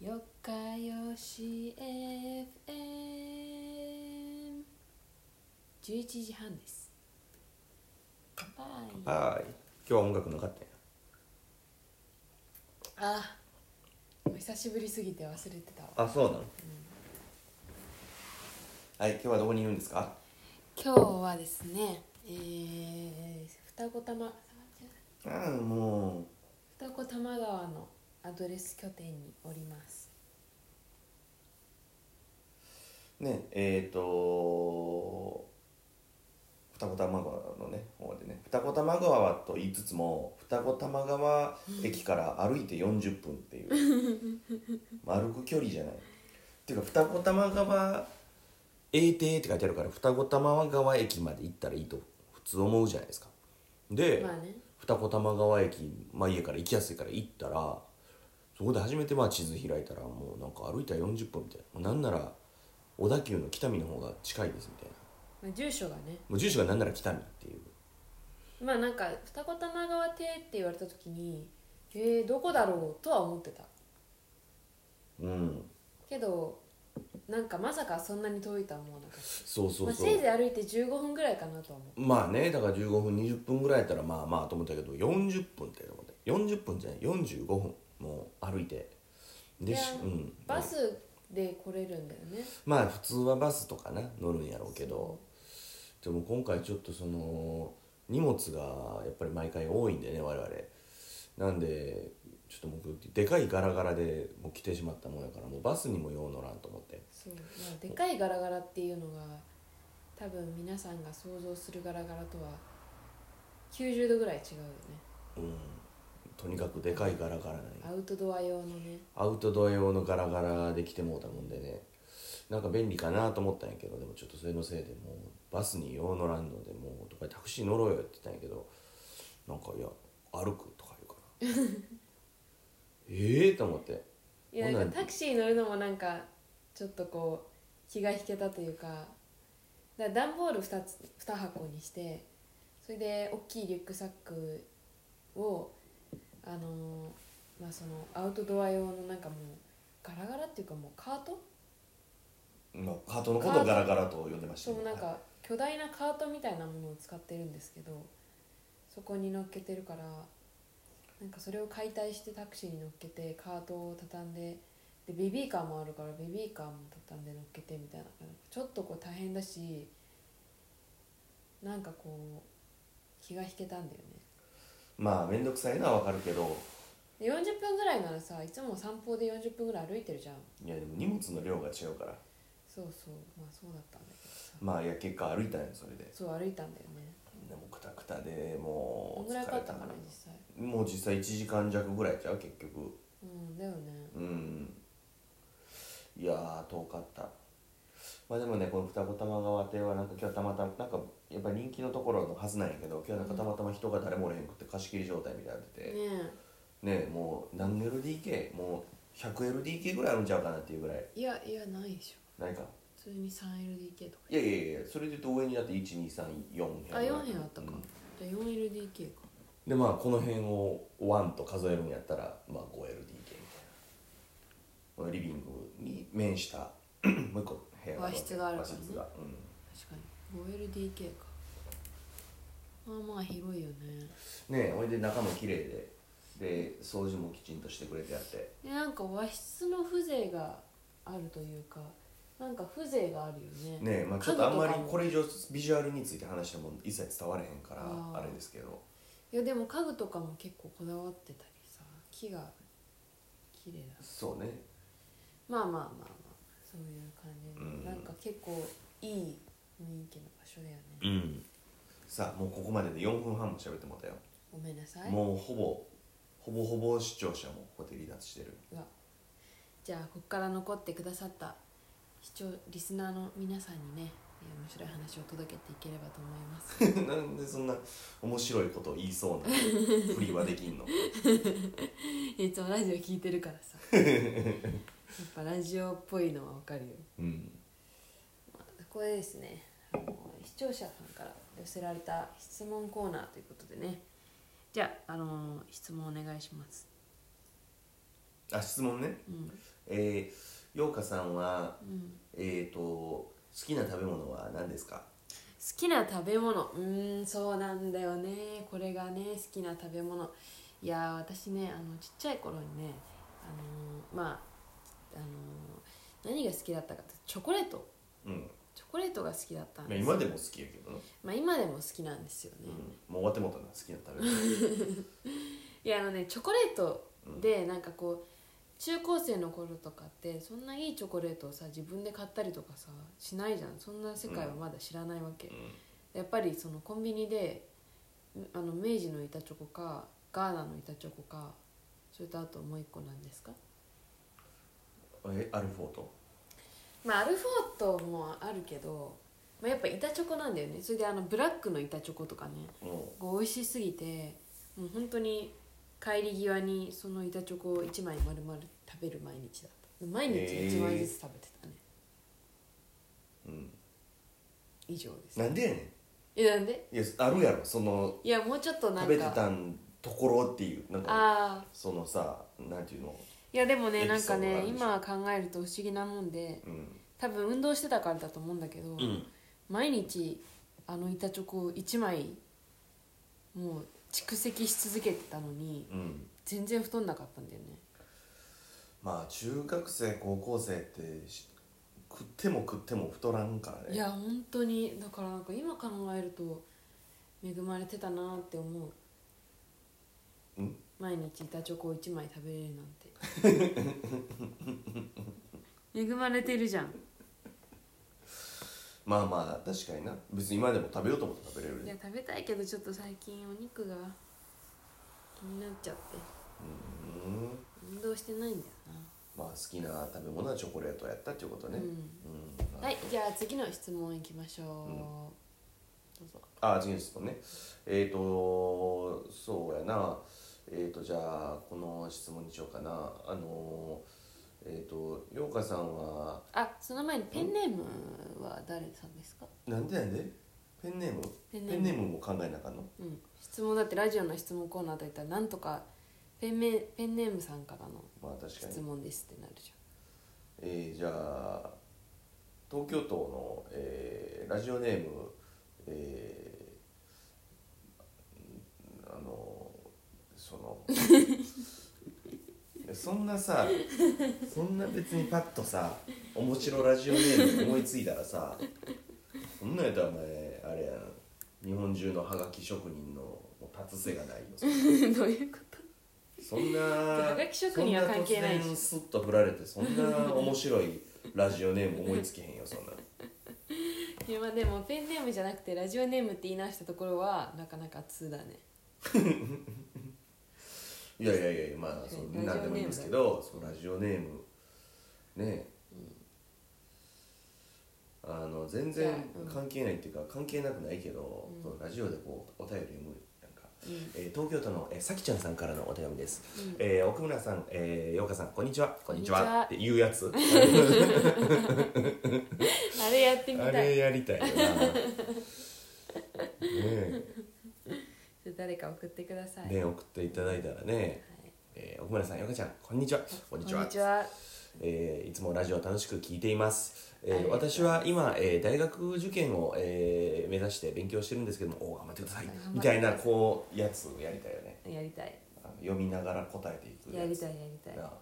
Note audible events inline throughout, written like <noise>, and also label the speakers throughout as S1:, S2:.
S1: よかよし FM11 時半です乾杯
S2: はーい今日は音楽なかったんや
S1: あお久しぶりすぎて忘れてたわ
S2: あそうなの、はい今日はどこにいるんですか
S1: 今日はですねえー、二子玉
S2: うんも
S1: 二子玉川のアドレス拠点におります
S2: うねえっ、ー、と二子玉川のね方でね二子玉川と言いつつも二子玉川駅から歩いて40分っていう <laughs> 歩く距離じゃないっていうか二子玉川永定って書いてあるから二子玉川駅まで行ったらいいと普通思うじゃないですかで、
S1: まあね
S2: 二子玉川駅、まあ、家から行きやすいから行ったらそこで初めてまあ地図開いたらもうなんか歩いたら40分みたいななんなら小田急の北見の方が近いですみたいな
S1: まあ住所がね
S2: もう住所がなんなら北見っていう
S1: まあなんか二子玉川邸って言われた時にえー、どこだろうとは思ってた
S2: うん
S1: けどなんかまさかそんなに遠いとは思わなかった
S2: そうそうそう
S1: まあ、せいぜい歩いて15分ぐらいかなとは思
S2: まあねだから15分20分ぐらいやったらまあまあと思ったけど40分って思って40分じゃない45分もう歩いて
S1: うい
S2: で
S1: や
S2: し、うん、
S1: バスで来れるんだよね
S2: まあ普通はバスとかな乗るんやろうけどでも今回ちょっとその荷物がやっぱり毎回多いんでね我々なんでちょっと僕でかいガラガラでもう来てしまったもんやからもうバスにもよう乗らんと思って
S1: そう、まあ、でかいガラガラっていうのが多分皆さんが想像するガラガラとは90度ぐらい違うよね
S2: うんとにかくでかいガラガラなんや
S1: アウトドア用のね
S2: アウトドア用のガラガラで来てもうたもんでねなんか便利かなと思ったんやけどでもちょっとそれのせいでもうバスによう乗らんのでもうとかタクシー乗ろうよって言ったんやけどなんかいや歩くとか言うから <laughs> ええと思って
S1: いや
S2: ほんな
S1: な
S2: ら
S1: んかタクシー乗るのもなんかちょっとこう気が引けたというかだから段ボール 2, つ2箱にしてそれで大きいリュックサックをあのーまあそのアウトドア用のなんかもうガラガラっていうかもうカート
S2: もうハートの
S1: ことをガラ
S2: ガラと呼んでま
S1: そうなんか巨大なカートみたいなものを使ってるんですけどそこに乗っけてるからなんかそれを解体してタクシーに乗っけてカートを畳んででベビーカーもあるからベビーカーも畳んで乗っけてみたいなちょっとこう大変だしなんかこう気が引けたんだよね
S2: まあ面倒くさいのはわかるけど
S1: で40分ぐらいならさいつも散歩で40分ぐらい歩いてるじゃん
S2: いやでも荷物の量が違うから
S1: そうそうまあそうだったんだけどさ
S2: まあいや結果歩いたんやそれで
S1: そう歩いたんだよね
S2: でもくたくたで
S1: ど
S2: も
S1: ん
S2: う
S1: ぐらいかかった
S2: ん
S1: か
S2: だ
S1: な実際
S2: もう実際1時間弱ぐらいちゃう結局
S1: うんだよね
S2: うんいやー遠かったまあでもねこの二子玉川邸はなんか今日はたまたまなんかやっぱ人気のところのはずなんやけど今日はなんかたまたま人が誰もおれへんくて貸し切り状態みたいになって
S1: ね
S2: て、
S1: え
S2: ねもう何 LDK もう 100LDK ぐらいあるんちゃうかなっていうぐらい
S1: いやいやないでしょ
S2: ないか
S1: 普通に 3LDK とか
S2: いやいやいやそれで言うと上にだって1234部屋
S1: あ4部屋あったか、
S2: うん
S1: じゃあ 4LDK か
S2: でまあこの辺を1と数えるんやったら、まあ、5LDK みたいなこのリビングに面した <coughs> もう一個部屋
S1: 和室があるからね
S2: 和室がうん
S1: 確かに 5LDK かまあまあ広いよね
S2: ねえほいで中も綺麗でで掃除もきちんとしてくれてやって
S1: でなんか和室の風情があるというかなんか風情があるよね
S2: ねえ、まあ、ちょっとあんまり
S1: 家具とかも
S2: これ以上ビジュアルについて話しても一切伝われへんから
S1: あー
S2: あれですけど
S1: いやでも家具とかも結構こだわってたりさ木が綺麗だし
S2: そうね
S1: まあまあまあまあそういう感じで、
S2: うん
S1: なんか結構いい雰囲気の場所だよね
S2: うんさあもうここまでで4分半も喋ってもうたよ、
S1: ごめんなさい
S2: もうほぼほぼほぼ視聴者もこうやって離脱してる
S1: がじゃあここから残ってくださった視聴リスナーの皆さんにねえー面白い話を届けていければと思います <laughs>
S2: <laughs> なんでそんな面白いことを言いそうなふりはで
S1: <laughs>
S2: きんの
S1: いつもラジオ聞いてるから <laughs> さやっぱラジオっぽいのはわかるよ、
S2: うん
S1: まあこれですねあの視聴者さんから寄せられた質問コーナーということでねじゃあ、あの質問お願いします
S2: あ質問ね
S1: うん
S2: えー、ようかさんは
S1: うん
S2: えー、と好きな食べ物は何ですか
S1: 好きな食べ物うーんそうなんだよねこれがね好きな食べ物いやー私ねあのちっちゃい頃にねあのーまあ、あのー何が好きだったかってチョコレート
S2: うん
S1: チョコレートが好きだったん
S2: まあ
S1: です
S2: 今でも好きやけどな、
S1: まあ、今でも好きなんですよね、
S2: うん、もう終わってもうたな好きな食べ
S1: <laughs>
S2: 物
S1: いやあのねチョコレートでなんかこう中高生の頃とかってそんないいチョコレートをさ自分で買ったりとかさしないじゃんそんな世界はまだ知らないわけ、やっぱりそのコンビニでんあの明治の板チョコかガーナの板チョコかそれとあともう一個なんですか
S2: うんえアルフォート
S1: まあアルフォートもあるけど、まあ、やっぱ板チョコなんだよねそれであのブラックの板チョコとかね
S2: うん
S1: こう美味しすぎてもう本当に帰り際にその板チョコを1枚丸々食べる毎日だった毎日1枚ずつ食べてたね、
S2: うん
S1: 以上です
S2: なんでやね
S1: えなんで
S2: んいやあるやろその
S1: いやもうちょっとなん
S2: 食
S1: か
S2: べてたんところっていうなんか
S1: ああ
S2: そのさなんていうの
S1: いやでもね
S2: エ
S1: な
S2: ピ
S1: ん
S2: ソ
S1: か
S2: ードが
S1: ね
S2: あるでしょ
S1: 今考えると不思議なもんで
S2: うん、
S1: 多分運動してたからだと思うんだけど、
S2: うん、
S1: 毎日あの板チョコを1枚もう蓄積し続けてたのに
S2: うん、
S1: 全然太んなかったんだよね
S2: まあ中学生高校生ってし食っても食っても太らんからね
S1: いや本当にだからなんか今考えると恵まれてたなって思う
S2: うん
S1: 毎日板チョコを1枚食べれるなん
S2: <laughs>
S1: て恵まれてるじゃん
S2: まあまあ確かにな別に今でも食べようと思って食べれる
S1: いや
S2: ね
S1: 食べたいけどちょっと最近お肉が気になっちゃって
S2: うん
S1: 運動してないんだよ
S2: まあ好きな食べ物はチョコレートやったっていうこと
S1: な、
S2: ね、うん
S1: うん、はいじゃあ次の質問いきましょう、
S2: うん
S1: どうぞ
S2: あ次の質問ねえっ、とそうやなえっ、とじゃあこの質問にしようかなあのえっ、とようかさんは
S1: あその前にペンネームは誰さんですか
S2: なんでなんでペンネーム
S1: ペンネー
S2: ペ
S1: ム
S2: ンネームも考えなあかんの
S1: うん、質問だってラジオの質問コーナーといったらなんとかペンメペンネームさんからの
S2: まあ確か
S1: 質
S2: に
S1: 問ですってなるじ
S2: えーじゃあ東京都の、えーラジオネーム、えーあのその <laughs> いやそんなさそんな別にパッとさ面白ラジオネーム思いついたらさそんなんやったらお前あれやん日本中のハガキ職人のもう達せがないよそんな
S1: ゃん <laughs> どういうこと
S2: そんな
S1: はがき職人は関係ないし
S2: そんな突然スッと振られてそんな面白いラジオネーム思いつけへんよそんない
S1: やまあでもペンネームじゃなくてラジオネームって言い直したところはなかなか通だね
S2: いやいやいやまあそ
S1: ラジオネーム
S2: うなんでもいいんですけどそうラジオネームねえ、あの全
S1: じゃ
S2: 然
S1: あうん
S2: 関係ないっていうか関係なくないけど、
S1: うん
S2: そのラジオでこうお便り読むなんか
S1: うん
S2: えー東京都のえーさきちゃんさんからのお手紙です、
S1: うん
S2: えー奥村さん、えー、ようかさんこんにちはこ
S1: んにちは
S2: っていうや
S1: <laughs>
S2: つ
S1: あれやってみ
S2: あ
S1: た
S2: れ
S1: い
S2: やりたいよなねえ
S1: 誰か送ってください、
S2: ね送っていただいたらね、
S1: はい
S2: えー奥村さんよかちゃんこんにちはこ
S1: こ
S2: んに
S1: ん
S2: ちは
S1: にちは
S2: えーいつもラジオ楽しく聞いています、え
S1: あり
S2: ー
S1: がとうございます
S2: 私は今、えー大学受験を、えー目指して勉強してるんですけどもおー頑張ってください
S1: 頑張って
S2: みたいなこうやつやりたいよね
S1: やりたい
S2: あの読みながら答えていく
S1: や
S2: や
S1: り
S2: つ
S1: たいやりたい、う
S2: なんあ、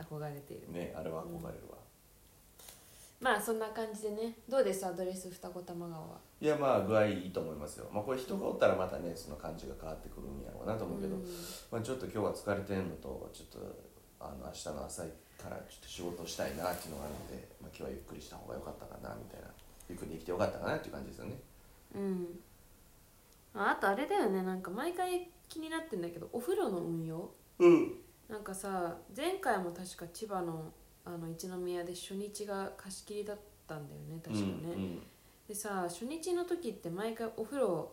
S1: 憧れている
S2: ねあれは憧れるわ、
S1: まあそんな感じでねどうですアドレス二子玉川はい
S2: やまあ具合いいと思いますよまあこれ人がおったらまたねその感じが変わってくるんやろうなと思うけど、
S1: うん
S2: まあ、ちょっと今日は疲れてるのとちょっとあの明日の朝からちょっと仕事したいなっていうのがあるので、まあ、今日はゆっくりした方が良かったかなみたいなゆっくりできてよかったかなっていう感じですよね
S1: うんああとあれだよねなんか毎回気になってんだけどお風呂の運用
S2: うん
S1: なんかさ前回も確か千葉のあの一宮で初日が貸し切りだったんだよね確かね、でさ初日の時って毎回お風呂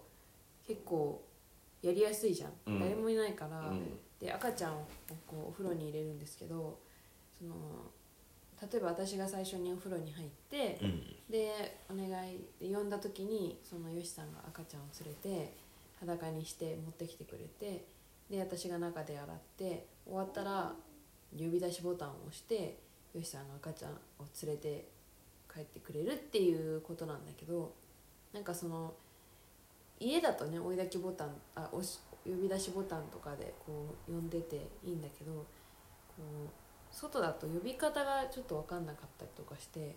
S1: 結構やりやすいじゃん、
S2: うん
S1: 誰もいないから、
S2: うんうん
S1: で赤ちゃんをこうお風呂に入れるんですけどその例えば私が最初にお風呂に入って、
S2: うん
S1: でお願いで呼んだ時にそのよしさんが赤ちゃんを連れて裸にして持ってきてくれてで私が中で洗って終わったら呼び出しボタンを押してよしさんが赤ちゃんを連れて帰ってくれるっていうことなんだけどなんかその家だとね追いだきボタンあ押し呼び出しボタンとかでこう呼んでていいんだけどこう外だと呼び方がちょっと分かんなかったりとかして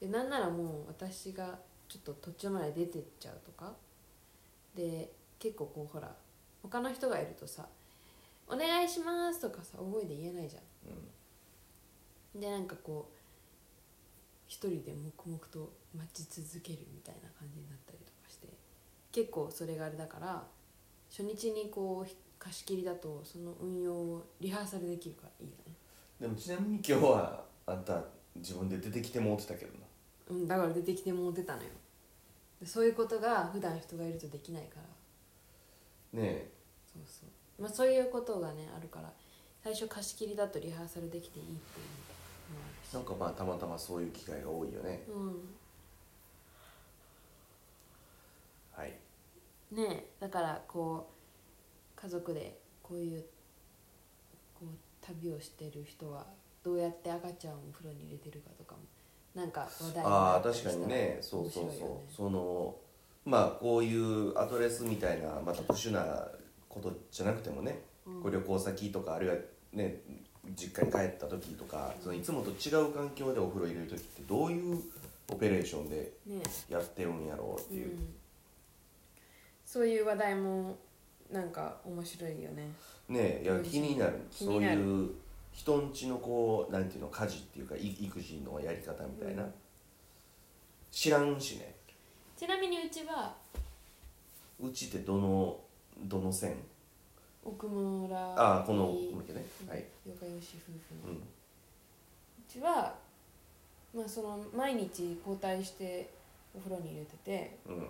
S1: でなんならもう私がちょっと途中まで出てっちゃうとかで結構こうほら他の人がいるとさ「お願いします」とかさ大声で言えないじゃん。でなんかこう一人で黙々と待ち続けるみたいな感じになったりとかして結構それがあれだから初日にこうひ貸し切りだとその運用をリハーサルできるからいいよね、
S2: でもちなみに今日はあんた自分で出てきてもってたけどな
S1: うん、だから出てきてもうてたのよでそういうことが普段人がいるとできないから
S2: ね
S1: そうそうまあそういうことがねあるから最初貸し切りだとリハーサルできていいっていうのもあるし
S2: えなんかまあたまたまそういう機会が多いよね
S1: う
S2: はい
S1: ん、ねえだからこう家族でこういうこう旅をしてる人はどうやって赤ちゃんをお風呂に入れてるかとかもなんか話題
S2: ああ
S1: ったり
S2: 確
S1: した
S2: からにねそうそう
S1: 面白いよ
S2: そ
S1: ね
S2: うそのまあこういうアドレスみたいなまた特殊なことじゃなくてもね、
S1: うん
S2: ご旅行先とかあるいはね実家に帰った時とかそのいつもと違う環境でお風呂入れる時ってどういうオペレーションで
S1: ねえ
S2: やってるんやろうっていう、
S1: ん、そういう話題もなんか面白いよね
S2: ねえいや気になる
S1: 気になる
S2: そういう人んちのこうなんていうの家事っていうかい育児のやり方みたいな、
S1: うん
S2: 知らんしね
S1: ちなみにうちは
S2: うちってどのどの線
S1: 奥村
S2: ああこの
S1: いい
S2: 向けねはい、
S1: ヨガヨシ夫婦の、
S2: う、
S1: うんちは、まあ、その毎日交代してお風呂に入れてて
S2: うん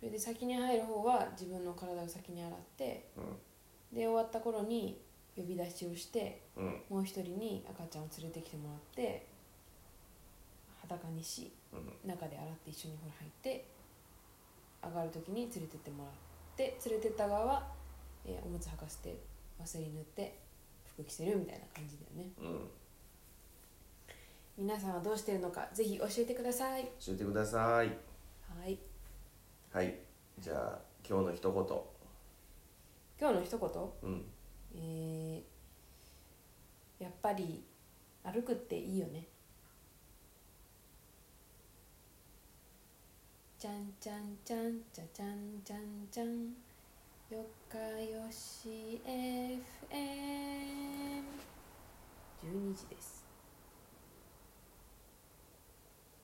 S1: それで先に入る方は自分の体を先に洗ってで終わった頃に呼び出しをして
S2: うんうん
S1: もう一人に赤ちゃんを連れてきてもらって裸にし
S2: うん
S1: 中で洗って一緒にお風呂入って上がる時に連れてってもらって連れてった側は、えーおむつ履かせてワセリン塗って服着せるみたいな感じだよね
S2: うん
S1: 皆さんはどうしてるのかぜひ教えてください
S2: 教えてください
S1: はい
S2: はいじゃあ今日の一
S1: 今日の一
S2: 言うん
S1: 言、えーやっぱり歩くっていいよねじゃんじゃんじゃんじゃじゃんじゃんじゃんよかよし FM12 時です